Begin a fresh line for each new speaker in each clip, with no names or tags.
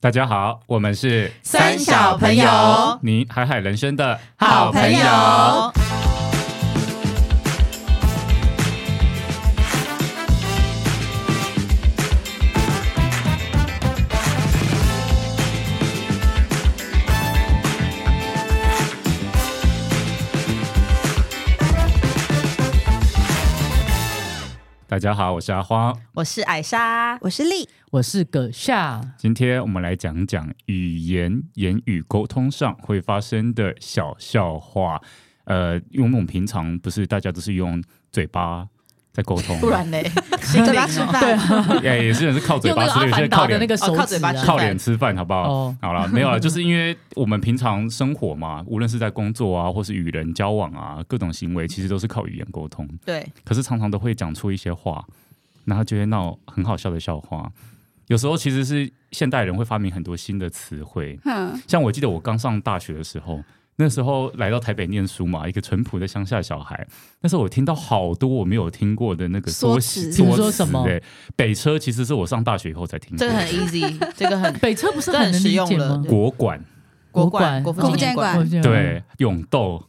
大家好，我们是
三小朋友
你海海人生的
好朋友。
大家好，我是阿荒。
我是艾莎，
我是丽，
我是葛夏，
今天我们来讲讲语言、言语沟通上会发生的小笑话。呃，因为我们平常不是大家都是用嘴巴在沟通吗，哎
不然 嘞，
嘴巴吃饭，
对啊，
也也是有人是靠嘴
用
巴
那个
吃，
阿
有些
凡
人靠
达的
脸
那个手指、
哦
啊
靠嘴巴吃
靠脸吃饭，好不好？
哦
好了，没有了，就是因为我们平常生活嘛，无论是在工作啊，或是与人交往啊，各种行为其实都是靠语言沟通。
对，
可是常常都会讲出一些话，然后就会闹很好笑的笑话。有时候其实是现代人会发明很多新的词汇，
嗯，
像我记得我刚上大学的时候，那时候来到台北念书嘛，一个淳朴的乡下小孩，那时候我听到好多我没有听过的那个
缩
写
词
比如
缩
说
词
什么
欸北车其实是我上大学以后才听
这
过
个很
的。
easy，这个很
北车不是很能理
这很实
解
用了
吗？
国馆
国
国
馆
馆
国父
国父
纪
纪
念
念
馆
馆，
啊
对勇斗，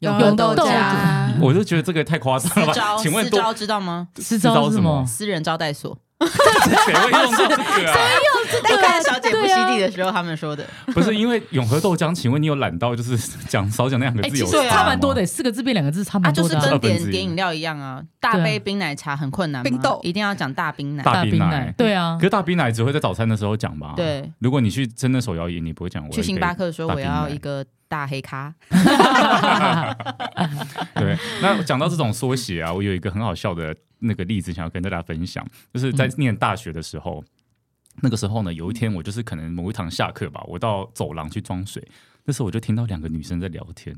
有豆
豆
家
我就觉得这个也太夸张
私
了吧？
招，
请问
私
多
招知道吗？
私招是什么？
私人招待所，
谁会用到这 个啊？
在看《小姐不犀利》的时候，他们说的。
不是因为永和豆浆，请问你有懒到就是 讲少讲那两个
哎
字
其
有
实
差吗、
差蛮多的，四个字变两个字
啊，
差蛮
就
多
是
的啊。
跟
二
点
分之一
点饮料一样啊，大
对啊
杯冰奶茶很困难吗，
冰豆
一定要讲大冰奶。
大
大
冰
冰
奶
奶，对啊
可，是大冰奶只会在早餐的时候讲吧？
对，
如果你去真的手摇饮，你不会讲我
去星巴克说
大
我
冰奶
要一个大黑咖，
对，那讲到这种缩写啊，我有一个很好笑的那个例子想要跟大家分享，就是在念大学的时候，
嗯
那个时候呢，有一天我就是可能某一堂下课吧，我到走廊去装水，那时候我就听到两个女生在聊天，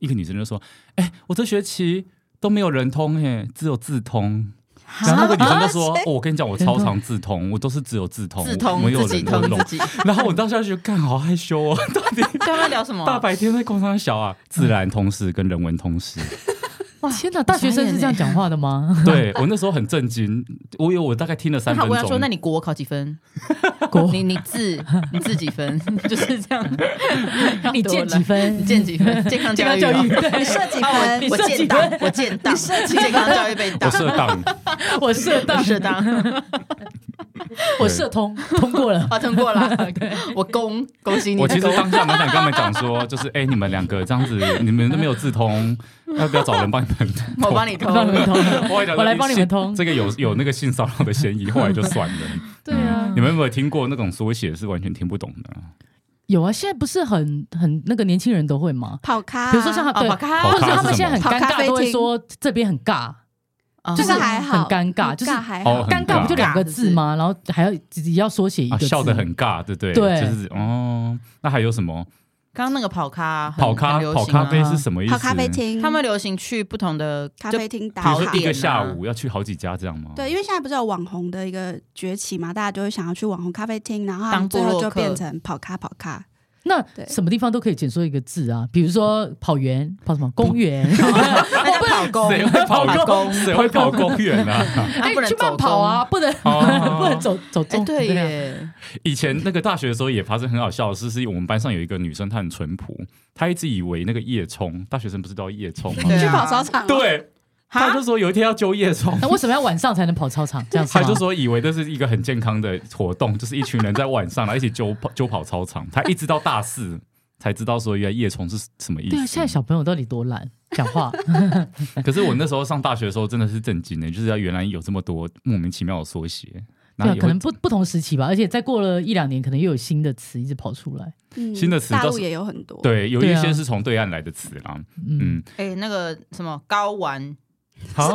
一个女生就说：“哎、我这学期都没有人通、欸，只有自通。” 然后那个女生就说：“哦、我跟你讲，我超常自通，我都是只有自通，
啊自
哦我
通
没有
自己
人
通
通
自。己。”
然后我当下就觉得干好害羞哦，到底
对啊，聊什么？
大白天在工商小啊，自然通识跟人文通识。
哇
天哪，大学生是这样讲话的吗？
对我那时候很震惊，我有我大概听了
那
三
他
分
问他说：“那
钟，
你国考几分？
国
欸你你自你自己分， 就是这样。
嗯你
多
健
了
几分
你健几分？健康
健
教育哦
康教育，对
你设计
啊，
分，
我我
设计
建档，我建档，健康教育被
我
档，
设档，
我社
我
大，
社档，
我社通通 过了。
啊，通过 了，我攻，恭喜你。？
我其实当下蛮想跟他们讲说，就是哎、你们两个这样子，你们都没有自通，要不要找人帮你们
我帮你投，
让你们通，
我还想说，
我来帮你们
哎
通
这个有有那个性骚扰的嫌疑，后来就算 了。
对啊
你，们有没有听过那种缩写是完全听不懂的？
有啊，现在不是很很那个年轻人都会吗？
跑咖，
比如说像他
啊
对，
跑咖
或者是
哦跑咖是
他们
什么
现在很尴
跑咖啡
尬，都会
厅
说这边很尬，
啊
就是
这个还好，
很尴尬
嗯
就是
尬还好
哦，
尴尬不就两个字吗？然后还要自己要缩写一
啊，
个字，
笑得很尬，对不对？
对
就是哦。那还有什么
刚刚那个跑咖，很
跑咖
很流
跑
行啊
咖啡是什么意思？
跑咖啡，厅，
他们流行去不同的
咖
就
啡厅
比
打
如说
卡
一
点啊
个下午要去好几家这样吗？
对，因为现在不是有网红的一个崛起嘛，大家就会想要去网红咖啡厅，然后他
当
们
部
最
落客
后就变成跑咖跑咖，
那
对
什么地方都可以简缩一个字啊，比如说跑园、跑什么 公园，
啊那叫跑工，
谁会跑
工？
谁会跑公园啊？
啊
哎
不能
去
走
慢跑啊，不能
哦
不能走走
哎，
中，
对
啊，
耶，
以前那个大学的时候也发生很好笑的事，是我们班上有一个女生，她很淳朴，她一直以为那个夜冲，大学生不是都要夜冲吗
对？啊
去跑操场，，
对，她就说有一天要揪夜冲。
那为什么要晚上才能跑操场？ 这样子
她
吗
就说以为这是一个很健康的活动，就是一群人在晚上来一起揪跑揪跑操场。她一直到大四才知道说原来夜冲是什么意思。
对啊，现在小朋友到底多懒，讲 话啊
可是我那时候上大学的时候真的是震惊的，欸就是要原来有这么多莫名其妙的缩写，然
对
后
啊，
也
可
会
能不不同时期吧，而且再过了一两年，可能又有新的词一直跑出来，
嗯
新的词
大
都
陆
是
也有很多，，
对有
对
一
啊
些是从对岸来的词啦。
嗯，
嗯，
哎，那个什么高玩，
好，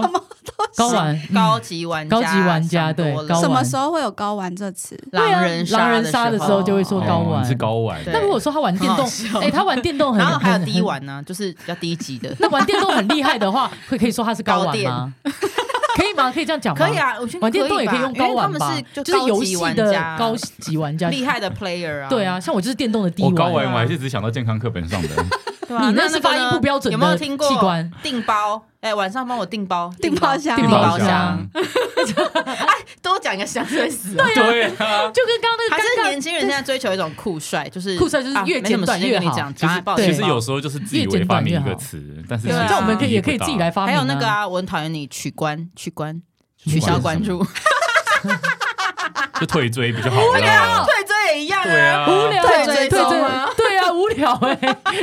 高玩
高级玩家，
高级玩家
想多
对
了
高
什么
玩
时候会有高玩这词？
狼人
对啊狼人杀
的
的时候就会说高
哦
玩
你是高玩，
对
那如果说他玩电
很
动
好，笑
哎，他玩电动很，
然后还有
很
低。玩呢，就是比较低级的
。那玩电动很厉害的话，会可以说他是高玩吗？ 可以吗？可以这样讲吗？
可以，啊，我觉得
玩电动也可
可
以
以
用高
玩，
玩
因为他
吧
们是，
就是游戏的高
高级
级玩家
玩家。啊厉害的 player 啊。
对啊，，像我就是电动的低
我高玩
玩。
我还是只想到健康课本上的。
对啊
你那
那
是发
个呢
音不标准的
有没有听过
器官
订包？哎，晚上帮我订包，
订包厢
订
订
包
包
厢
啊
厢，
多讲一个香水死了。
对啊， 啊
就跟刚刚那
还
个
是
尴尬
年轻人现在追求一种酷帅，就是
酷帅就是
啊
越
没什么
简短
时间
越
跟你
好
讲
其
答
实
案报
其
简
实
报
有时候就是自己以为发明一个词，但是
对啊
这我们可以也可以自己来发
还
明啊。
有那个啊，我很讨厌你取关、取关、
取
取
关
消关
是什
注，
就退追不就好了？
对，这也一样
对。啊，
无聊，
退
对
追
对
踪吗
对对啊，无聊 哎，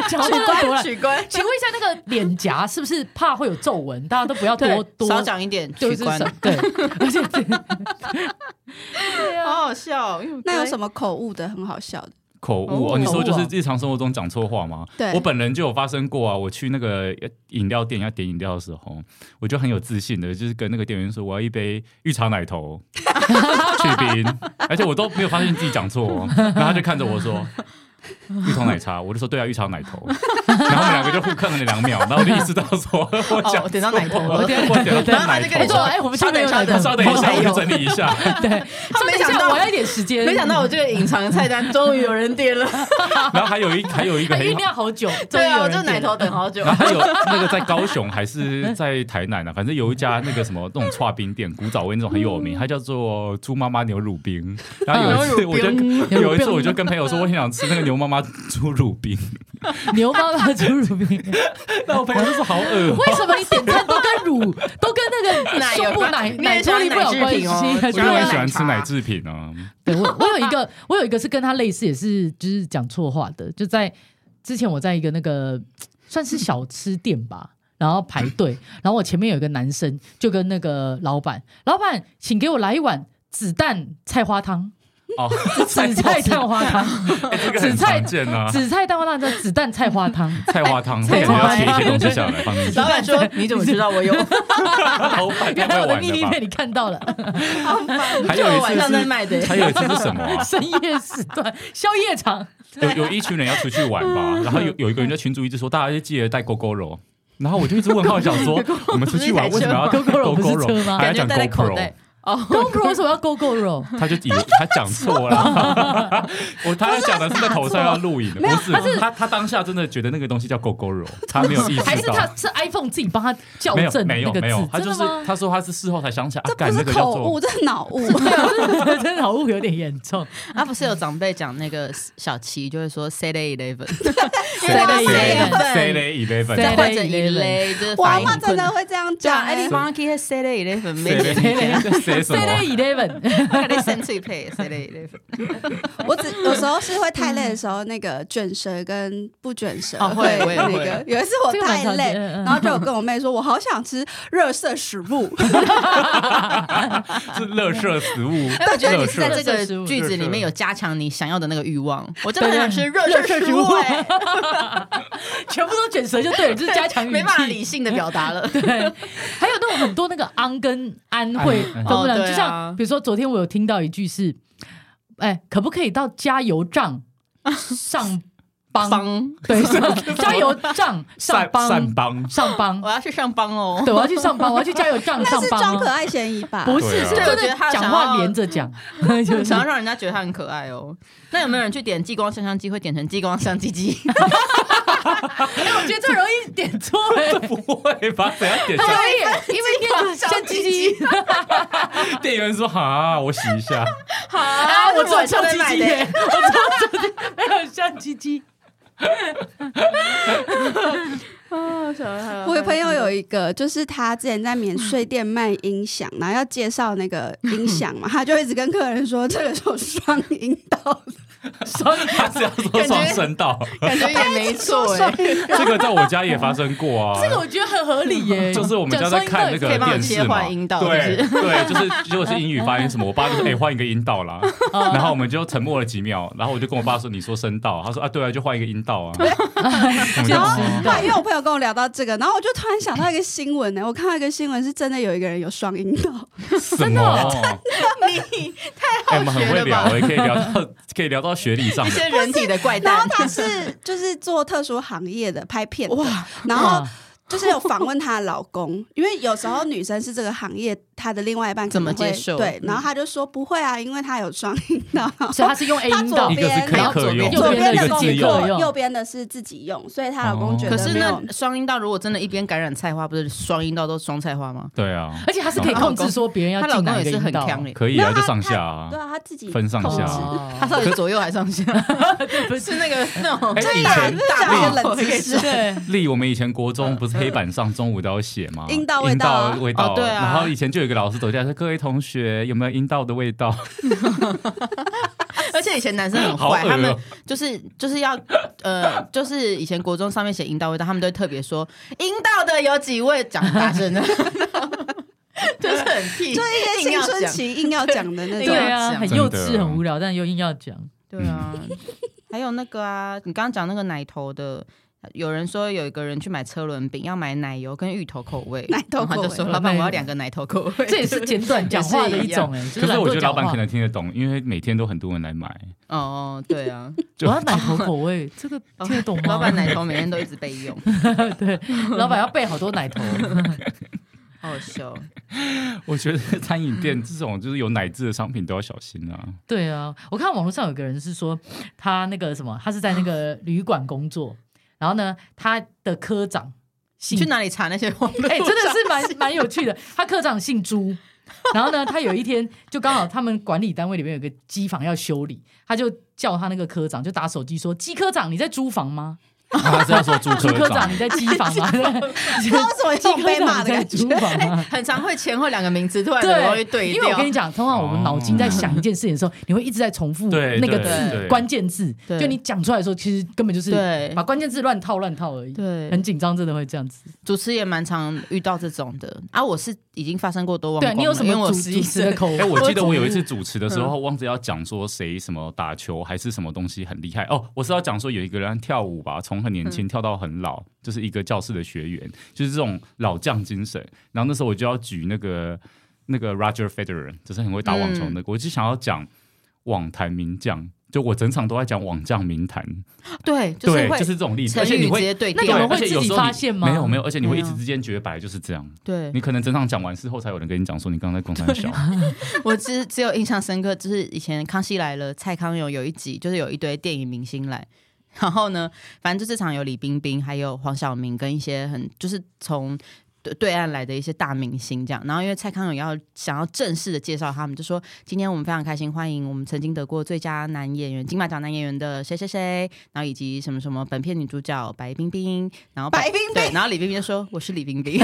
讲那么多了。
取关，
请问一下，那个脸颊是不是怕会有皱纹？大家都不要多多
少讲一点
就
取
是
关，
少对，而且
好好笑。因为我
那有什
么？
么口误的很好笑的？
口误
哦
哦，你说就
口
是
误啊
日常生活中讲错话吗？
对
我本人就有发生过啊。我去那个呃饮料店要点饮料的时候，我就很有自信的，就是跟那个店员说我要一杯绿茶奶头 去冰，而且我都没有发现自己讲错、哦，然后他就看着我说。芋头奶茶，我就说对啊，芋草奶头， 然后我们两个就互看了两秒，然后我就意识到 说我讲
哦我点到奶头
错了
了
我点到奶
然后他就跟你
头
说
了。
哎，我们这边有奶头，
稍等一下，
我
我
有
就整理一 下。
对，
他没
稍等一
想
下
到
我要一点时间，
没想到我这个隐藏菜单终于有人点 了，
然后还有一还有一个
他
很
酝酿好久，
对啊，我这
就
个奶头等好 久
然。后还有那个在高雄还是在台南啊，反正有一家那个什么那种串冰店，古早味那种很有名，它叫做猪妈妈牛乳冰。然后有一次我
嗯
就 有一次我就跟朋友说，我很想吃那个牛妈妈猪乳冰，
牛妈妈猪 乳冰，
那我朋友就说好恶哦。
为什么你点餐都跟乳都跟那个
奶
胸
有
部
关
奶
你也
奶
喜
脱
欢
离不
奶
了
制
关
品哦
系啊？
我就
对啊
很喜欢吃奶制品啊，
对我，我有一个，我有一个是跟他类似，也是就是讲错话的，就在之前我在一个那个算是小吃店吧。然后排队，然后我前面有一个男生，就跟那个老板，老板，请给我来一碗子弹菜 花汤，
哦，
紫菜蛋花汤，
哎这个很常见啊，
紫菜蛋花汤叫子弹菜花 汤，
菜花汤，这个你要切一些东西下来放 进去
老，板说：“你怎么知道我有？
老 板
原
太
来
会
我的
玩
秘密
了吧
被？你看到了，
还
就
有
我
一
晚上在
次
卖的
是，。还有一次是什么啊？
深夜时段宵 夜场，
有有一群人要出去玩吧，然后有有一个人在群主一直说大家就记得带勾勾肉。然后我就一直问号，想说我们出去玩为什么要 带
GoGoRo
勾
不
勾
是
肉
车吗？
还要
感觉
讲
戴在口
GoPro，
袋哦，
GoPro 为什么要 GoGo 肉？
他就以为他讲错了。我他讲的是在头上要录影的，不是他他当下真的觉得那个东西叫勾勾肉，他没有意
还
识
是
到
他。是 iPhone 自己帮他校
没有
正
没
那
有
个
没有
字，，
他就
真
是
的吗？
他说他是事后才想起来，啊
这
干
不
那
是
个叫
口
做
误，这是脑误。
真的脑误有点严重，
啊，不是有长辈讲那个小七就会说 “say day eleven”，
C
他
类
是 eleven
C 类 eleven，
再换成
Saturday
eleven，就是
娃
反应
娃真
困
的
难。
会这样
对
讲
啊，哎，
欸
你 monkey 和 say day eleven 没
C
有？
类 C 什
C
么？
类 Eleven，
他得三岁配 say day eleven。
我只有时候是会太累的时候，那个卷舌跟不卷舌
哦会
会
会
那
会
个。有一次我
这个蛮
太
常
累
见，嗯嗯
然后就有跟我妹说，我好想吃热色食物。
是乐色食物，
哎，我觉得
垃
你
圾
是在这
热色食
个
物
句子里面有加强你想要的那个欲望。我真的很想吃热
热
热
色
色
食
食
物
物，哎，
全部都卷舌 就对了，就是加强 语
没办法理
气。
性的表达了。
对，还有那种很多那个昂跟安会
安
都不能，
哦对啊
就像比如说昨天我有听到一句是，哎，可不可以到加油站上 帮？
帮，
对，加油站上
善善
帮
帮，
上帮
我，要去上帮哦。
对，我要去上班，我要去加油站
但
上
是
班
装可
哦。
爱嫌疑吧？
不是，
对啊
是
对
真
我觉得
的
他想
讲
要
话连着讲， 就是 哎
想要让人家觉得他很可爱哦。那有没有人去点激光相相机，会点成激光相机机？
我觉得这容易点错哎，
不会吧？等下点
他
下
容易哎因为念像鸡鸡，
店员说：“哈，我洗一下。
好
啊，我做
晚
像
上
鸡
在
鸡
买
耶
的。，
我做像鸡，没有像鸡鸡，
哦
我有朋友有一个，就是他之前在免税店卖音响，然后要介绍那个音响嘛，他就一直跟客人说这个是有双音道的，
双”他是要说
感觉
双声道，
感觉也没错哎
双。音
这个在我家也发生过啊。
这个我觉得很合理耶。
就是我们家在看那
可
个
以帮我
电视
切
嘛，
换音道
对
是
对，就是如果是英语发音什么，我爸就说：“哎，换一个音道啦。”
哦
然后我们就沉默了几秒，然后我就跟我爸说：“你说声道。”他说：“啊，对啊，就换一个音道啊。”我们就
然后
哦，
对，因为我朋友跟我聊到这个，然后我就突然想到一个新闻欸呢、我看到一个新闻是真的有一个人有双音道，
嗯什么？
你
哎，我们很会聊，
好
哎，可以聊到 可以聊到学历上
一。些人体的怪
然后
诞，
他是就是做特殊行业的拍片的，
哇
然后。就是有访问她的老公，因为有时候女生是这个行业，他的另外一半可
怎么
能会
接受
对，
嗯
然后他就说不会啊，因为他有双阴道，
所 以他是用 A
他
引
左
导
一
边
个是可以客用，
右
左边
一
边
个
的
是
工
自
自
用
用。
作，右边的是自己用，所以她老公觉
对
得
可是
没有
那双阴道如果真的一边感染菜花，不是双阴道都双菜花吗？
对啊，
而且他是可以控制说别人要
她老
进
公
哪
也
一个
是很
阴道，
强欸烈，
可以
没
啊，
有
就
哎他
上下啊
对，啊，他自己
分上下啊。
哦
她到底左右还上下？
不是
是那个那种
哎以
大
前哦
大
冷知识
对，
例我们以前国中不是黑板上中午都要写吗？
嗯阴道味道啊
阴道味道
哦对啊
然后以前就有一个老师走进来说：“各位同学，有没有阴道的味道
而且以前男生很
好
坏，
恶哦
他们就是就是要呃，就是以前国中上面写阴道味道，他们都会特别说阴道的有几位讲大声的，就是很 屁，
就是
硬
一些青
要
春
讲
期硬要讲的那
对
种。
啊，很幼
真
稚，
的
很无聊，但又硬要讲。
对啊，还有那个啊，你刚刚讲那个奶头的。有人说有一个人去买车轮饼，要买奶油跟芋头口味，
奶头口味
然后他就说
嗯
老板我要两个奶头口味，
这也是简短讲话的一种哎、？”就
可是
懒
我觉得
惰
老
讲
板
话
可。能听得懂，因为每天都很多人来买。
哦，对啊，
就
我要奶头口味，这 个听得懂吗？
老板奶头每天都一直备用，
对，老板要备好多奶头。
好好笑。
我觉得餐饮店这种就是有奶质的商品都要小心 啊。
对啊，我看网络上有个人是说，他那个什么，他是在那个旅馆工作，然后呢，他的科长姓
你去哪里查那些网络？
哎、真的是蛮蛮有趣的。他科长姓 朱，然后呢，他有一天就刚好他们管理单位里面有个机房要修理，他就叫他那个科长就打手机说：“机科长，你在租房吗？
他是要说朱
朱科
科
长，
长
你，在机房吗？
不知道为什么有
机
种
科
被
长
骂的
你在
感
租
觉，
房吗？”
哎很常会前后两个名字突然很容易
对，
对
因为我跟你
调。
讲，通常我们脑筋在想一件事情的时候，你会一直在重复
对
那个
对
字
对
关键字，
对
就你讲出来的时候，其实根本就是
对
把关键字乱套乱套而已。
对，
很紧张，真的会这样子。
主持也蛮常遇到这种的啊。我是已经发生过多忘
对
光
啊，
了，
你有什么
因为我
主
实
主
习
持的
生
口吻？
哎、我记得我有一次主持的时候，忘记要讲说谁什么打球还是什么东西很厉害哦，我是要讲说有一个人跳舞吧，从很年轻跳到很老，就是一个教室的学员，就是这种老将精神。然后那时候我就要举那个那个 Roger Federer，就是很会打网球那个，我就想要讲网坛名将，就我整场都在讲网将名坛，
对，就是
对，
会
就是这种例子，而
成
且你
语直
会
接对
那你
调
们。
对
会
而且有
自己
时候你
发现吗
没有没有，而且你会一
没有
直之间觉得本来就是这样。
对
你可能整场讲完事后，才有人跟你讲说你刚才在公山小，
我只只有印象深刻，就是以前《康熙来了》蔡康永有一集，就是有一堆电影明星来。然后呢，反正就这场有李冰冰，还有黄晓明跟一些很就是从对对岸来的一些大明星这样。然后因为蔡康永要想要正式的介绍他们，就说今天我们非常开心，欢迎我们曾经得过最佳男演员金马奖男演员的谁谁谁，然后以及什么什么本片女主角白冰冰，然后
白冰冰
对，然后李冰冰就说我是李冰 冰，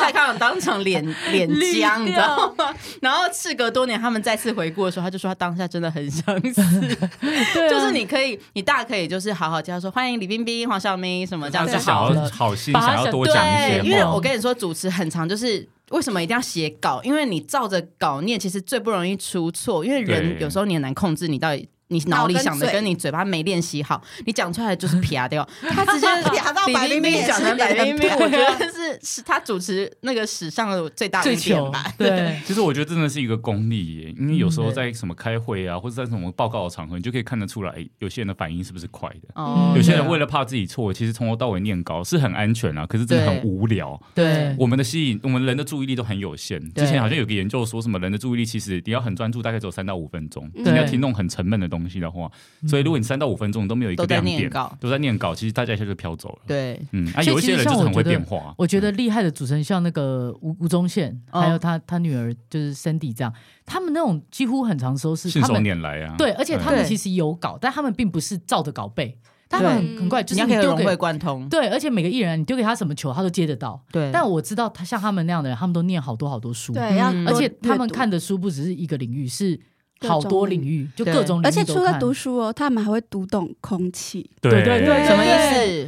蔡康永当场脸脸僵，你知道吗？然后事隔多年，他们再次回顾的时候，他就说他当下真的很想死，
对啊
就是你可以，你大可以就是好好叫他说欢迎李冰冰、黄晓明什么这样
就
就
想
好
要
了。
好心
把它
想要
想
多讲一些
对
话，，
因为我跟你说，主持很长，就是为什么一定要写稿？因为你照着稿念，其实最不容易出错，因为人
对
有时候你很难控制你到底。你脑里想的
脑跟嘴
跟你嘴巴没练习好，你讲出来就是啪掉。他直接
啪到白冰冰也是
讲的白冰冰，
脸
我觉得是是他主持那个史上的最大
最
污点
糗
吧。，
对。
其实我觉得真的是一个功力耶，因为有时候在什么开会啊，或者在什么报告的场合，你就可以看得出来有些人的反应是不是快的。
哦
有些
对
人
啊
为了怕自己错，其实从头到尾念稿是很安全啊，可是真的很
对
无聊。
对
我们的吸引，我们人的注意力都很有限。
对
之前好像有个研究说什么人的注意力其实你要很专注，大概只有三到五分钟。
嗯
你要听那种很沉闷的东西的话，所以如果你三到五分钟都没有一个
嗯都在
亮
念
点
稿，
都在念稿，其实大家一下就飘走了。
对，
嗯，啊，
所以
有一
其实
些人就
像
是
我
很会
觉得
变化。
我觉得厉害的主持人像那个吴吴宗宪，
哦
还有他他女儿就是 Cindy 这样，他们那种几乎很常说是
信
他
手
们
拈来啊。
对，而且他
对
们其实有稿，但他们并不是照着稿背，但他们
对
很很怪，就
你要
是
可以
丢
融会
给
贯通。
对，而且每个艺人你丢给他什么球，他都接得到。
对
但我知道他像他们那样的人，他们都念好多好多书，
对，要
嗯
而且
多
他
阅
们
读
看的书不只是一个领域，是
各
好
种
多
领
领域，就
对
各种领域
而且
都
除了
看
读书哦，他们还会读懂空气，
对
对对
什么意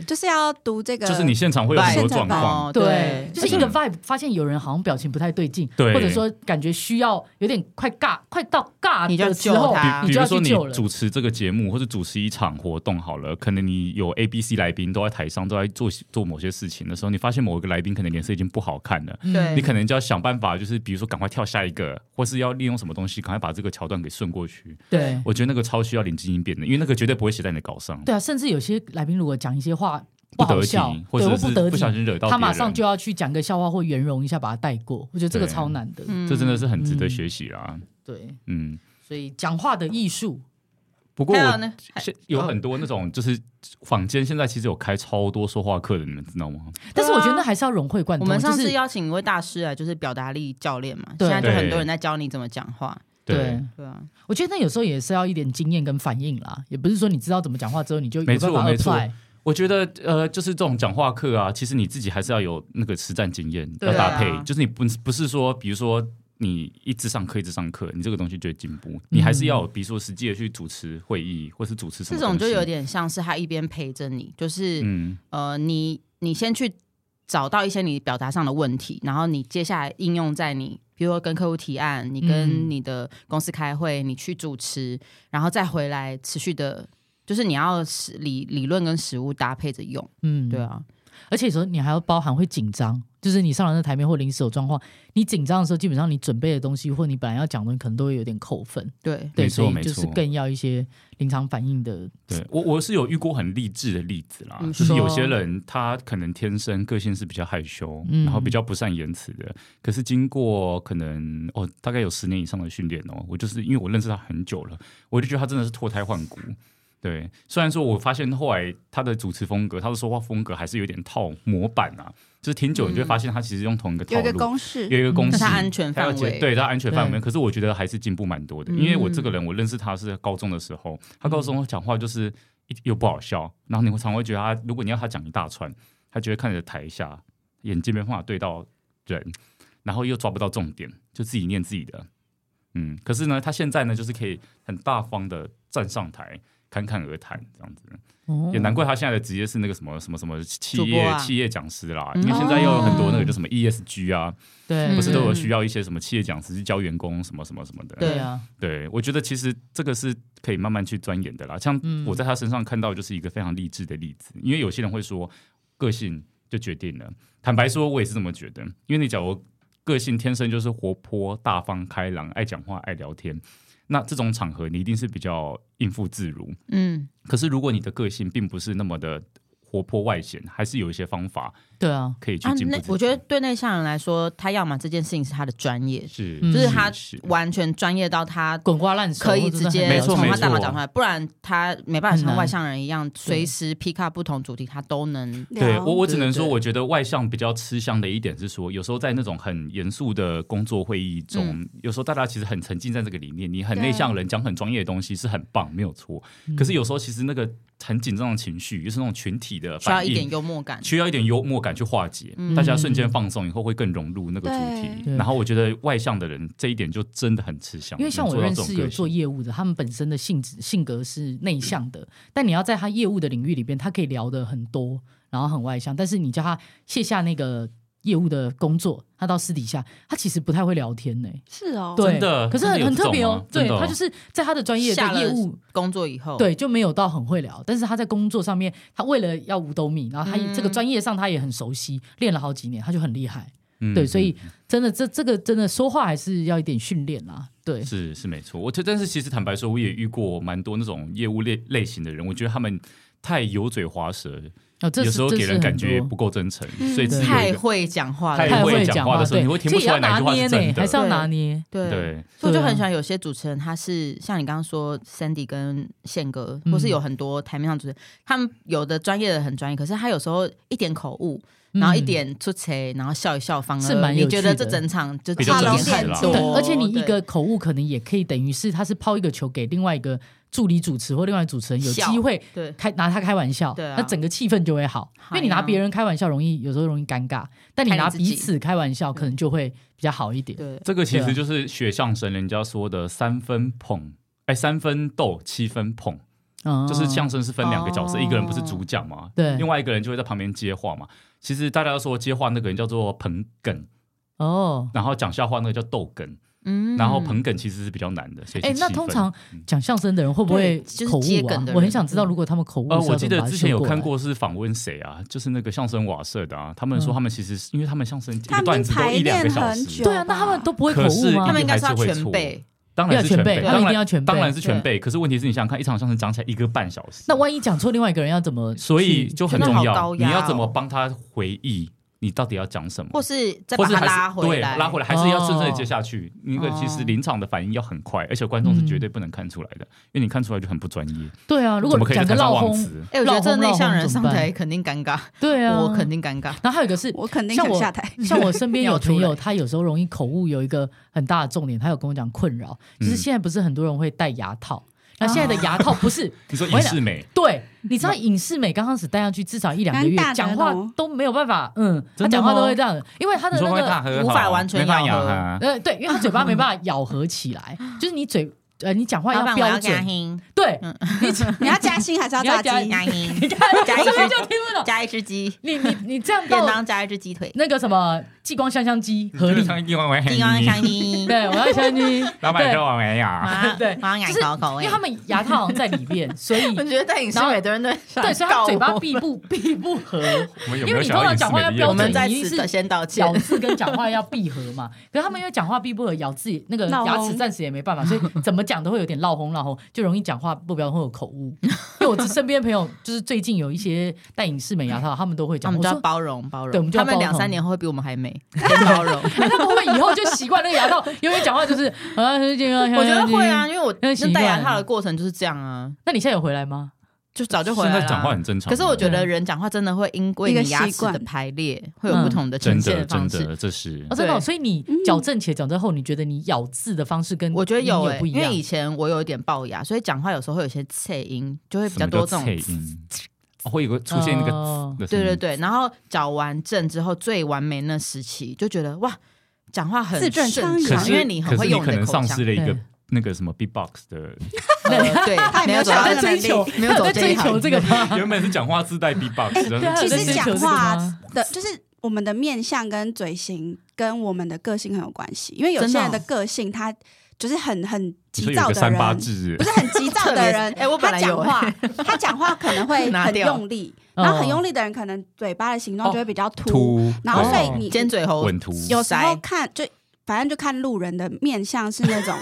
思？
就是要读这个，
就是你现场会有很多状况。
哦，
对，就是一个
嗯
vibe，发现有人好像表情不太对劲，
对
或者说感觉需要有点快尬，快到尬
你就
的
要
时
救
候
他，
比
就
如
要去
说你
救了。
主持这个节目，或者主持一场活动好了，可能你有 A、B、C 来宾都在台上都在做做某些事情的时候，你发现某一个来宾可能脸色已经不好看了，
嗯
对
你可能就要想办法，就是比如说赶快跳下一个，或是要利用什么东西赶快把这个桥段给顺过去。
对
我觉得那个超需要临机应变的，因为那个绝对不会写在你的稿上。
对啊，甚至有些来宾如果讲一些话
不
好
得体
笑，，
或
对，
者
或
是
得
不
体
小，心惹到
他
别
马
人
上就要去讲个笑话或圆融一下，把它带过。我觉得这个
对
超难的，
嗯
这真的是很值得
嗯
学习啦。
对，
嗯，
所以讲话的艺术，
不过
还有
我
呢，还
现有
哦
很多那种就是坊间现在其实有开超多说话课的，你们知道吗？
但是我觉得那还是要融会贯
啊我
通。
们上
就
次
是
邀请一位大师来，就是表达力教练嘛，
对
现在就很多人在教你怎么讲话，
对，
对啊，
我觉得那有时候也是要一点经验跟反应啦，也不是说你知道怎么讲话之后你就有
没
办
错
法
没错
apply。
我觉得呃，就是这种讲话课啊，其实你自己还是要有那个实战经验，
对
要
啊
搭配。就是你不不是说，比如说你一直上课一直上课，你这个东西就会进步。你还是要有比如说实际的去主持会议，或是主持什
嗯这
么。
种就有，点像是他一边陪着你，就是、
嗯，
呃，你你先去找到一些你表达上的问题，然后你接下来应用在你，比如说跟客户提案，你
嗯
跟你的公司开会，你去主持，然后再回来持续的，就是你要实理理论跟实物搭配着用，
嗯，
对啊，
而且说你还要包含会紧张，就是你上了那台面或临时有状况，你紧张的时候，基本上你准备的东西或你本来要讲的东西，可能都会有点扣分。
对，
对，
没错
所以
没
就是
错
更要一些临场反应的。
对我我是有遇过很励志的例子啦，
嗯
就是有
说
些人他可能天生个性是比较害羞，
嗯
然后比较不善言辞的，可是经过可能哦大概有十年以上的训练哦，我就是因为我认识他很久了，我就觉得他真的是脱胎换骨。对，虽然说我发现后来他的主持风格、他的说话风格还是有点套模板啊，就是挺久你就会发现他其实用同一个套
有一
路，
个公 式，
有一个公式，
嗯
那他安全
还有
范围
解对他安全范围。
对
可是我觉得还是进步蛮多的，
嗯
因为我这个人，我认识他是高中的时候，他高中讲话就是一又不好笑，然后你会常会觉得他，如果你要他讲一大串，他就会看着台下，眼睛没办法对到人，然后又抓不到重点，就自己念自己的。嗯，可是呢，他现在呢，就是可以很大方的站上台，侃侃而谈这样子。
哦
也难怪他现在的职业是那个什么什么什么企
主播
业、
啊
企业讲师啦，
嗯
因为现在又有很多那个就什么 ESG 啊，
对，
不是都有
嗯
需要一些什么企业讲师去教员工什么什么什么的。
对啊，
对我觉得其实这个是可以慢慢去钻研的啦。像
嗯
我在他身上看到就是一个非常励志的例子，因为有些人会说个性就决定了。坦白说，我也是这么觉得，因为你假如个性天生就是活泼、大方、开朗、爱讲话、爱聊天，那这种场合你一定是比较应付自如。
嗯，
可是如果你的个性并不是那么的活泼外显，还是有一些方法
对啊，
可以去
啊，
进步
那
自己。
我觉得对内向人来说，他要么这件事情是他的专业，
是，
嗯
就是他
是
完全专业到他
滚瓜烂熟
可以
或者
直
是很
接
没
了
错
从
没
解
他
错
大脑讲出来，不然他没办法
很
像
难
外向人一样随时 pick up 不同主题，他都能。
对
聊
我，我只能说，
对对
我觉得外向比较吃香的一点是说，有时候在那种很严肃的工作会议中，
嗯
有时候大家其实很沉浸在这个里面。你很内向的人讲很专业的东西是很棒，没有错。
嗯
可是有时候其实那个很紧张的情绪，就是那种群体的
需要
反
一点
应，
幽默感，
需要一点幽默感去化解，
嗯
大家瞬间放松以后会更融入那个主题。
对
然后我觉得外向的人这一点就真的很吃香，
因为像
能
我
做到
认
这
识
种
有
个
做
性
业务的，他们本身的性质性格是内向的，但你要在他业务的领域里边，他可以聊的很多，然后很外向，但是你叫他卸下那个业务的工作，他到私底下，他其实不太会聊天呢、
是哦，
对
真的
可是
真的
很
有
很
这
特
种
别
吗
哦，
真
对
的哦
他就是在他的专业
下
的
了哦
业务。
工作以后，
对，就没有到很会聊，但是他在工作上面，他为了要五斗米，然后他
嗯
这个专业上他也很熟悉，练了好几年，他就很厉害。
嗯
对，所以真的这这个真的说话还是要一点训练啦。对，
是是没错，我觉得，但是其实坦白说，我也遇过蛮多那种业务类类型的人，我觉得他们太油嘴滑舌，
哦，这
有
是
时候
这
给
是
人感
很
觉
多
不够真诚，
嗯
所以只有一
太
个
会讲话了，
太
太
会
会
讲
讲
话
话
的时候
对
你会听
这
不
也
出来哪一
要
句
拿
话是
捏
真
呢
的
还是要
对
拿捏。
对。
对
所以我就
对啊
很喜欢有些主持人，他是像你刚刚说 Sandy 跟宪哥，
嗯
或是有很多台面上主持人，他们有的专业的很专业，可是他有时候一点口误，然后一
哦
点出错，然后笑一笑，反
嗯是
而
蛮有
你觉得
趣的
这整场就
比
较
差了
真实
很
啦
多，
对，而且你一
对
个口误可能也可以等于是他是抛一个球给另外一个助理主持或另外一个主持人有
笑
机会
对
开拿他开玩笑，
对啊哎
那整个气氛就会好。因为你拿别人开玩笑容易有时候容易尴尬，但你
看你
拿
自己
彼此开玩笑可能就会比较好一点。
对，
这个其
对
实
啊
就是学相声人家说的三分捧，哎，三分逗，七分捧，
嗯，
就是相声是分两个角色，
哦
一个人不是主讲嘛，
对
另外一个人就会在旁边接话嘛。其实大家都说接话那个人叫做捧哏，
哦。
然后讲笑话那个叫逗哏，
嗯
然后捧哏其实是比较难的，所以
哎
是，
那
七
通
分
常讲相声的人会不会
对就是
口
接
误啊
梗的？人嗯
我很想知道，如果他们口误是
呃，
要怎么把它修来，
我记得之前有看过是访问谁啊，就是那个相声瓦舍的啊，他们说
嗯
他们其实是因为他们相声一
他
个
们
段子都
排
一两
练
个小
很
时，
久，
对啊，那他们都不会口
可
误
是
吗？
他
一
们应
定还
该
是
要
会
全
错
背，
当然是全
要全备他们
当
一定
然
要全备
当然是全备。可是问题是你想想看，一场相声讲起来一个半小时，
那万一讲错，另外一个人要怎么 去？
所以就很
真的
重
好
要，
高
你
压
要怎么
哦
帮他回忆你到底要讲什么，
或是再
或
把
是
它
还是
拉回来，
对，拉回来还是要顺顺的
哦
接下去。因为其实
哦
临场的反应要很快，而且观众是绝
嗯
对不能看出来的，因为你看出来就很不专业。
对啊，如果
怎么可以
讲
在
个
台上
闹
忘
哄，
词？
哎、我觉得这内向人上
老红老红怎么
台
办
肯定尴尬，
对啊，
我肯。定尴尬。
然后还有一 个是
我肯定
像
很
我
下台。
像我身边有
尿出来
朋友，他有时候容易口误，有一个很大的重点，他有跟我讲困扰，就是
嗯
现在不是很多人会戴牙套，那现在的牙套不
啊
是
你说
我
影
跟你
视美，
对，你知道影视美刚开始戴上去至少一两个
蛮
月
大，的
讲话
咯
都没有办法，嗯，他
真的
讲话
吗
都会这样，因为他
你
的
说
那
会大
个
喝
无
好
法完全
啊没办法啊
咬
咬
合
哈
呃，对，因为他嘴巴没办法咬合起来，就是你嘴呃，你讲话
老
要
板，我
标
要加
准，
薪，
对， 你只
你要加薪还是要
你要
炸
加
鸡？
加薪， 加
我
一
这边就
只，
听不懂，
加一只鸡，
你你你 这样
便
到
当加一只鸡 腿，
那个什么激光香香机 合理
就，像一碗碗
金刚香
黑
鸡，
对，我要 香鸡，
老板
对
说我没呀，
麻
对
麻羊
就是
烤口味
因为他。们牙套好像在里面，所 以
我觉得在影视
然后
美的人都很
对，所以他
搞
嘴巴
我
闭不 闭不合，
我们有没
因为
有
你
想
通
到
常
影视
讲话
美的
要标
业
我
者
们
准
在
一定
此
是
的先道歉
咬。字跟讲话要闭合嘛，可是他们因为讲话闭不合，咬字也那个
闹
牙
哄
齿暂时也没办法，所以怎么讲都会有点闹哄闹哄，就容易讲话不标准会有口误。因为我身边朋友就是最近有一些戴隐适美牙套，他们都会
那我
讲，
们
我
就要
说。啊
包容包容，
对我们就要
他
包
们两
容
三年后会比我们还 美，先包容。
哎，他们会不会以后就习惯那个牙套，因为讲话就是啊，
我
我
觉得会啊，。因为我
那习惯
那戴牙套的过程就是这样啊，
那你现在有回来吗？
就早就回
现
来
在
了啊。
讲话很正常。
可是我觉
对啊
得人讲话真的会因为
一个
你牙
习
齿
惯
的排列会有不
嗯
同的
真
呈现
的真
方式。
的，这是
哦，真的哦，
对
所以你矫正且矫正后，你觉得你咬字的方式跟
我觉得有欸
你
诶、
不一
因
样
为以前我有一点龅牙，所以讲话有时候会有一些脆音，就会比
什
较
么
多
叫
这种
脆。音，哦会有个出现那个
哦
的声
对
音
对对，然后矫完正之后最完美那时期，就觉得哇，讲话很
字正腔
顺
圆
可
畅，啊
是
因为你很
可是
会
你
用
可
你
能
的口
丧
腔
失。了一个
对
那个什么 beatbox 的，
呃 对，
也没
没
有
有走
想
到
到这
在
那
追
能
求，
没有走
他有在
这一
追求
行
这个吗？
原本是讲话自带 beatbox，然
对啊
后
其
有在
实
追求
讲
这个
话
吗
啊的，就是我们的面相跟嘴型跟我们的个性很有关系，因为有些人的
真，
个性他就是很很
你说
急
有
躁
个
的
三
人，
八制
不，是很急躁的人
哎我本
他
来有
讲话，他讲话可能 会
拿
很
掉
用力，
嗯
然后很用力的人可能嘴巴的形状就会比较凸，
凸，
然后
对
所以你
尖嘴猴
稳凸，
有时候
塞
看就。反正就看路人的面相是 那种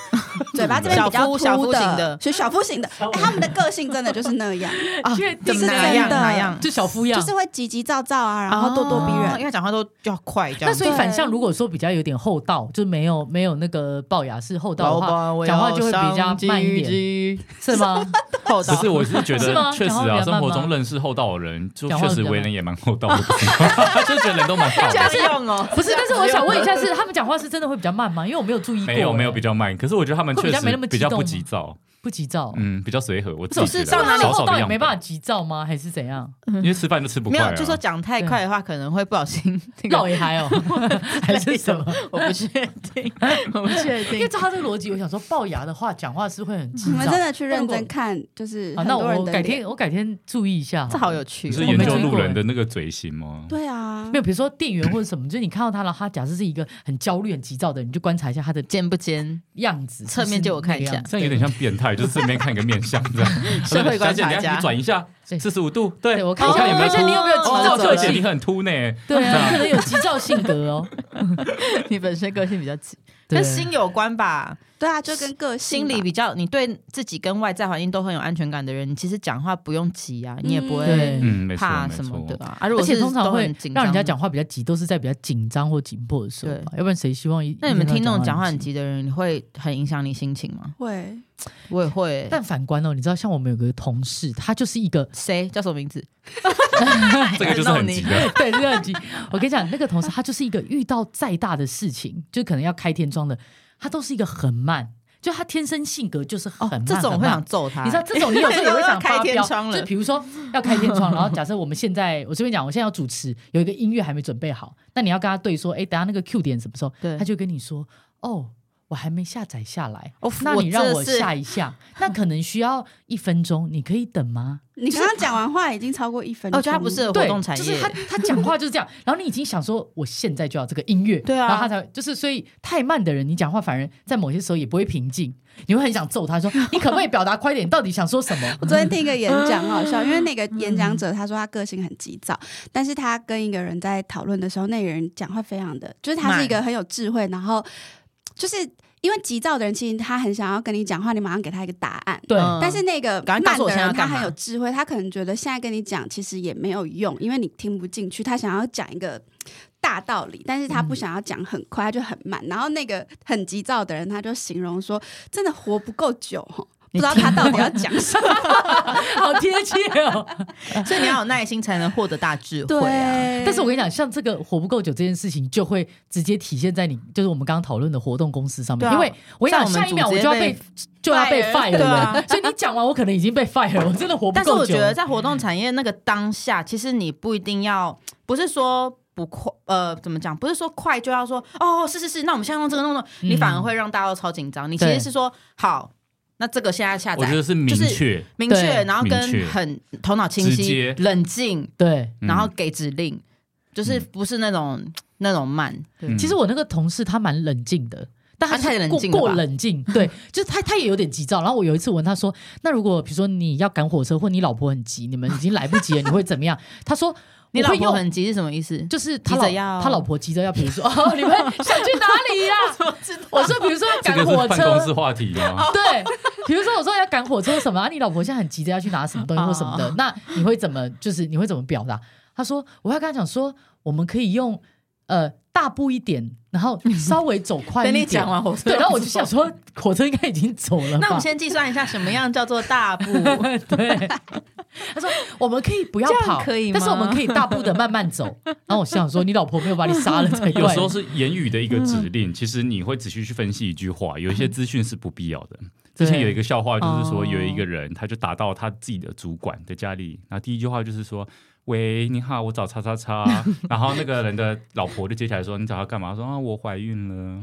嘴巴这边
小
比较
夫
凸
小夫型
的
的，
是小夫型的。哎他们的个性真的就是那 样，
啊
确定
怎么
是
哪
真
样
的
哪样，
就小夫样，
就是会急急躁躁啊，然后咄咄逼
哦因
人。
为讲话都要快这样
那
子。
所以反
对
向，如果说比较有点厚道，就是没有没有那个龅牙是厚道
老
的话，
板我
讲话
要
就会比较
上
慢一点
机
是吗？
厚
不
道
是，我是觉
是吗
得确实
讲话比
啊，
较
生活
慢吗
中认识厚道的人，就
讲话
确
比
实
较
为
慢
人也蛮厚道的， 就觉得人都蛮 好的。
这样用哦，
不是，但是我想问一
下，
下是，他们讲话是真的会比较慢吗？因为我没有注意过，欸
没有没有比较慢，可是我觉得他们
会比
确
较没那
实
么激
比较
动
不
吗
急躁，
不急躁。
嗯，比较随和。我自
不
己
是
觉得
是上哪里
少
厚
少的
道也
样
没办法
本，
急躁吗？还是怎样？
因为吃饭就吃不
没
快
有
啊，
就说讲太快的话，可能会不小心那
老
个，
也还哦， 还是什么？
我不确定，我不确
因为
定。
照他这个逻辑，我想说龅牙的话，讲话是会很急
你
躁。
们真的去认
那如
真
果
看，就是
哦
啊
很，
那
多
我
人的
改
脸
天我改天注意一下了。
这好有趣
你
哦，
是
我
研
没
究
注意
路
过
人
哎
的那个嘴型吗？
对啊
没，有，比如说店员或者什么，就是你看到他了，他假设是一个很焦虑、很急躁的人，你就观察一下他的
尖不 尖？
样子，
侧面借我看一下
这样有点像变态，就是正面看一个面相这 样。
社会观察
小姐你要
家
你转一下，
对
四十五度，对
对我看
看
一下
有没
我
有
看一下你有没有急
哦
躁
这
个
个姐你。
性
很凸呢，
对
这
啊，
样
可能有急躁性格哦，
你本身个性比较急，
对
跟心有关吧？
对啊，就跟个性
心
吧
理比较，你对自己跟外在环境都很有安全感的人，你其实讲话不用急啊，你也不
对
会
嗯，没错
怕
没
什么的
错。
啊。而
而且通常会让人家，讲
话。
话比较急，都是在比较紧张或紧迫的时候吧，要不然谁希望一？
那你们听那嗯种讲话
一
很
天到晚
急的人，你会很影响你心情吗？
会
我也会欸。
但反观哦，你知道，像我们有个同事，他就是一个
谁叫什么名字？
这个就是很急的，
对，真的很急。我跟你讲，那个同事他就是一个遇到再大的事情，就可能要开天窗的，他都是一个很慢，就他天生性格就是很慢。
哦这种我
很
会
慢
想揍他。欸
你知道这种你有时候也会想
开
发
天
飙，
窗了
就比如说要开天窗，然后假设我们现在我这边讲，我现在要主持，有一个音乐还没准备好，那你要跟他对说，哎，等下那个 Q 点什么时候？
对
他就跟你说，哦。我还没下载下来，
哦
那你
我
让
真的
我
是
下一下，那可能需要一分钟，你可以等吗？
你刚刚讲完话已经超过一分钟，
哦，我觉得他不适合活
对，
动产业，
就是他他讲话就是这样，然后你已经想说，我现在就要这个音乐，
对啊
然后他才就是，所以太慢的人，你讲话反而在某些时候也不会平静，你会很想揍他说，你可不可以表达快点？你到底想说什 么？
我昨天听一个演讲很好笑，因为那个
嗯
演讲者他说他个性很急躁，但是他跟一个人在讨论的时候，那个人讲话非常的，就是他是一个很有智慧，然后就是因为急躁的人其实他很想要跟你讲话，你马上给他一个答案。
对，
嗯
但是那个
赶
慢
快告诉我
的
现在
人，
要
他
干嘛
很有智慧，他可能觉得现在跟你讲其实也没有用，因为你听不进去。他想要讲一个大道理，但是他
嗯
不想要讲很快，他就很慢。然后那个很急躁的人，他就形容说，真的活不够久哦，不
你
知道
听
他到底要讲什么。
好贴切 哦。
所以你要有耐心才能获得大智慧啊。
但是我跟你讲，像这个活不够久这件事情，就会直接体现在你就是我们刚刚讨论的活动公司上
对
面。
啊
因为我跟
像
你讲，
我们
下一秒
组
我
直
就
接
要被就要被
fire
fire
对啊
了，所以你讲完，我可能已经被 fire 了，我真的活不
但是我
够久
觉。得在活动产业那个当下，其实你不一定要，不是说不快，呃，怎么讲？不是说快就要说哦，是是是，那我们现在用这个弄弄，你反而会让大家都超紧张。你其
对
实是说好，那这个现在下
我觉
载
得是明
就是
确，
明确，
对
然后
明
跟
确
很头脑清
直
晰
接、
冷静，
对，
嗯
然后给指令，就是不是那种那种慢。对
嗯
其实我那个同事他蛮冷静的。但他
他太
是
冷
过
静了吧
过 冷静，对，就是他他也有点急躁。然后我有一次问他说：“那如果比如说你要赶火车，或你老婆很急，你们已经来不及了，你会怎么样？” 他说：“
你
我
老
会
婆
用
很急是什么意思？
就是他
急
老
着要
他老婆急着要，比如说哦，你们想去哪里呀、 我说，比如说要
这
赶
个
火
是办公室
车，
话题吗？
对，比如说我说要赶火车什么啊，你老婆现在很急着要去拿什么东西或什么
啊
的，那你会怎么就是你会怎么表达？他说，我要跟他讲说，我们可以用呃大步一点，然后稍微走快一
等
点。
你讲完，我说
对，然后我就想说，火车应该已经走了吧。
那我们先计算一下什么样叫做大步。
对，他说我们可以不要
这样
跑，
可以
但是我们
吗
可以大步的慢慢走。然后我想说，你老婆没有把你杀了才怪。
有时候是言语的一个指
嗯
令，其实你会仔细去分析一句话，有一些资讯是不必要的。之
对
前有一个笑话，就是说
哦
有一个人他就打到他自己的主管的家里，然后第一句话就是说：“喂，你好，我找叉叉叉。” 然后那个人的老婆就接起来说：“你找他干嘛？”他说：“啊，我怀孕了。”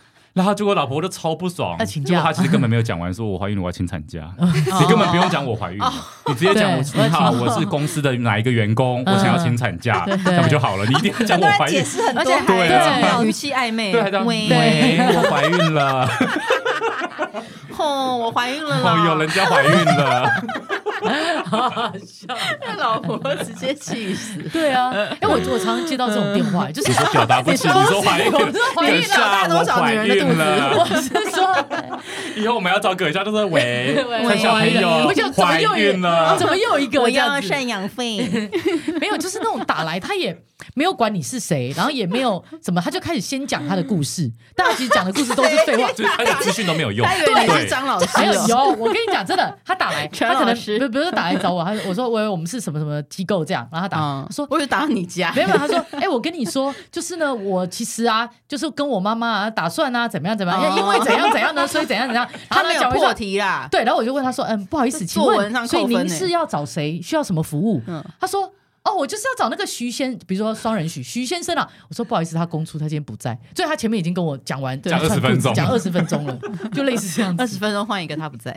然后结果老婆就超不爽，
要啊 请假哦
结果他其实根本没有讲完，说我怀孕了，我要请产 假。你根本不用讲我怀孕了，你直接讲我
对
你好，我是公司的哪一个员工，我想要请产假，
嗯对对
那不就好了？你一定要讲
很
我
多
怀
人
孕
解，释很
而且
多，
还
对啊
这种语气暧昧，
对，还这样
喂
喂，我怀孕了，
哦，我怀孕了啦！
哦，有人家怀孕了，
被老婆直接气死。
对啊，因为我我常常接到这种电 话，就是
你说表达不清，你说怀孕
我
了。
说怀
等
孕
一
了，
下，我怀孕
我
了。
是说
以后我们要找葛一下，就是喂，
喂
看小朋
我
友
就怎么
怀
又一
孕了
怎，么又一个
我
这样
要
子
赡养费，
没有，就是那种打来，他也没有管你是谁，然后也没有什么，他就开始先讲他的故事，但他其实讲的故事都是废 话。
就是而且资讯都没有用
他以。为你是
对，
张老师
还有
哦。
有，我跟你讲，真的，他打来，
陈
他可能
老师
不不是打来找我，他我说喂，我们是什么什么机构这样，然后他打，
嗯
他说
我有打到你家
没，有，没有他说，哎、我跟你说，就是呢，我其实啊，就是跟我妈妈啊，打算啊，怎么样怎么样，
哦
因为怎样怎样呢，所以怎样怎样，
他
们
没有
讲
破
说。
题啦。
对，然后我就问他说，嗯，不好意思，
这
请
作文
问
上，
所以
扣分
您
呢
是要找谁？需要什么服务？
嗯
他说。哦，我就是要找那个徐先，比如说双人徐徐先生啊。我说不好意思，他公出，他今天不在，所以他前面已经跟我讲完，
讲20分钟
讲二十分钟了，就类似这样
二
子，
十分钟换一个他不在，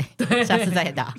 下次再打。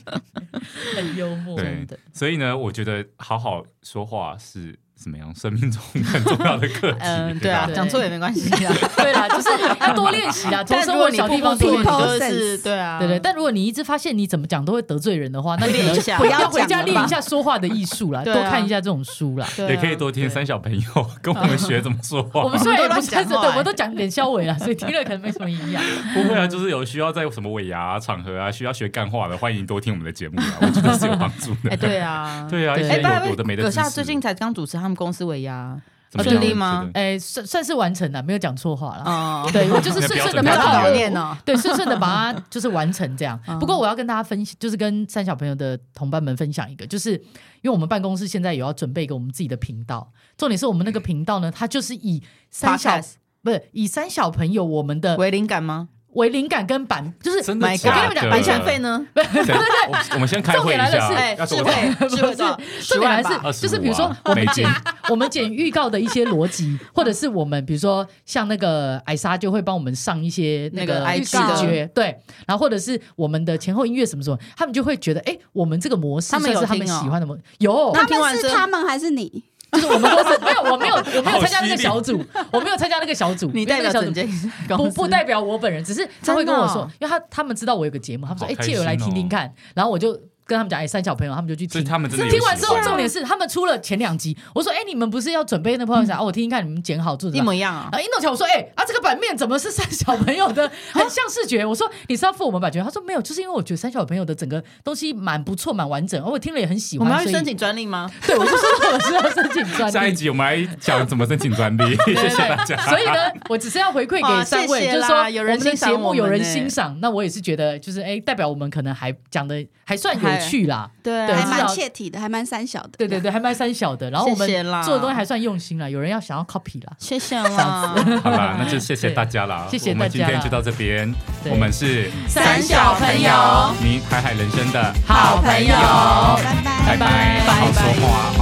很幽默
对
真的。
所以呢，我觉得好好说话是怎么样，生命中很重要的课题。
嗯，对
对吧
啊，讲错也没关系啊。
对啦，就是要多练习啦，从
但
生
如
活
果你
小
步
地方
步
多
错，
练
你
习。
就是对啊，
对对，但如果你一直发现你怎么讲都会得罪人的话，那你可
练一
能
下
回
不要
家回
讲
家
了
练
吧
一下说话的艺术啦，
对
多
啊
看一下这种书啦。
对啊
也可以多听三小朋友 跟我们学怎么说话。
我们虽然也不
乱
是
讲
对，
话
我们都讲点消委啦，所以听了可能没什么营 养。
不会啊，就是有需要在什么尾牙、啊、场合啊，需要学干话的，欢迎多听我们的节目啊，我 觉得是有帮助的。
哎，对 啊，
对啊，一
对
些
哎，拜
有
拜
有的没的
葛
知识。
夏最近才刚主持他们公司尾牙
怎么
顺
样
利吗
觉得
哎，算算是完成了，没有讲错话了。
哦，
对，我就是
你的
顺
标准
顺的
没
把
有
太高
它
了
搞念哦。
对顺顺 的把它就是完成这样
嗯。
不过我要跟大家分析，就是跟三小朋友的同伴们分享一个，就是因为我们办公室现在有要准备一个我们自己的频道，重点是我们那个频道呢，它就是以三小
Podcast
不是以三小朋友我们的
为灵感吗
为灵感跟版，就是
真的
？My
假的
God，
哎我跟你们讲
版权费呢？
对我我们先开会一
重点
下，
来
哎，
要
智
多少？
慧，智慧多少？
重
十
点
万
还
吧。
二
是
十
就
五
是比如说
啊
我们
美金
剪我们剪预告的一些逻 辑，或者是我们比如说像那个艾莎就会帮我们上一些那
那
个
个
预
IG
告
的
觉，对，然后或者是我们的前后音乐什么什么，他们就会觉得哎，我们这个模式
他们
算
有
是他们
听哦
喜欢的模，有
那
他
听完
们是
之后
他们还是你？
就是我们 公司没有，我没有，我没有参加那
好犀利
个小组，我没有参加那个小组，
你
因为
代
那个
表
小
整
组
间
不
公司
不代表我本人，只是他会跟我
真的
说
哦，
因为他他们知道我有个节目，他们说
好
哎
开
借我来
心哦
听听看，然后我就跟他们讲，哎、三小朋友，他们就去
所以
听。
他 们真的有
听完之
喜
后，
欢
重点是他们出了前两集，我说：“哎、你们不是要准备那破晓侠？哦，我听听看，你们剪好做
嗯
什
一
么？”
模一样啊
然。后一弄起来，我说：“哎、啊，这个版面怎么是三小朋友的？很像视觉。”我说：“你是要付我们版权？”他说：“没有，就是因为我觉得三小朋友的整个东西蛮不错，蛮完整，而哦我听了也很喜
我
欢。”
们要去
所以
申，请专利吗？
对我就说我是要申请专利。
下一集我们来讲怎么申请专利，谢谢大家。
所以呢，我只是要回馈给三位，
哇谢谢啦
就是说
有
我
人
们的
欣赏
节目有人
我们呢
欣赏，那我也是觉得就是哎、代表我们可能还讲的还算有趣啦。
对
对
还
至
蛮
少
切题的，还蛮三小的。
对对对，还蛮三小的，然后我们
谢谢啦
做的东西还算用心啦，有人要想要 copy 啦。
谢谢啦。
好啦，那就谢谢大家啦，
对谢谢
我们今
大家
天
啦
就到这边，
对
我们是
三小朋友
你海海人生的
好朋友
好拜拜
拜拜，
拜拜
好说话哦。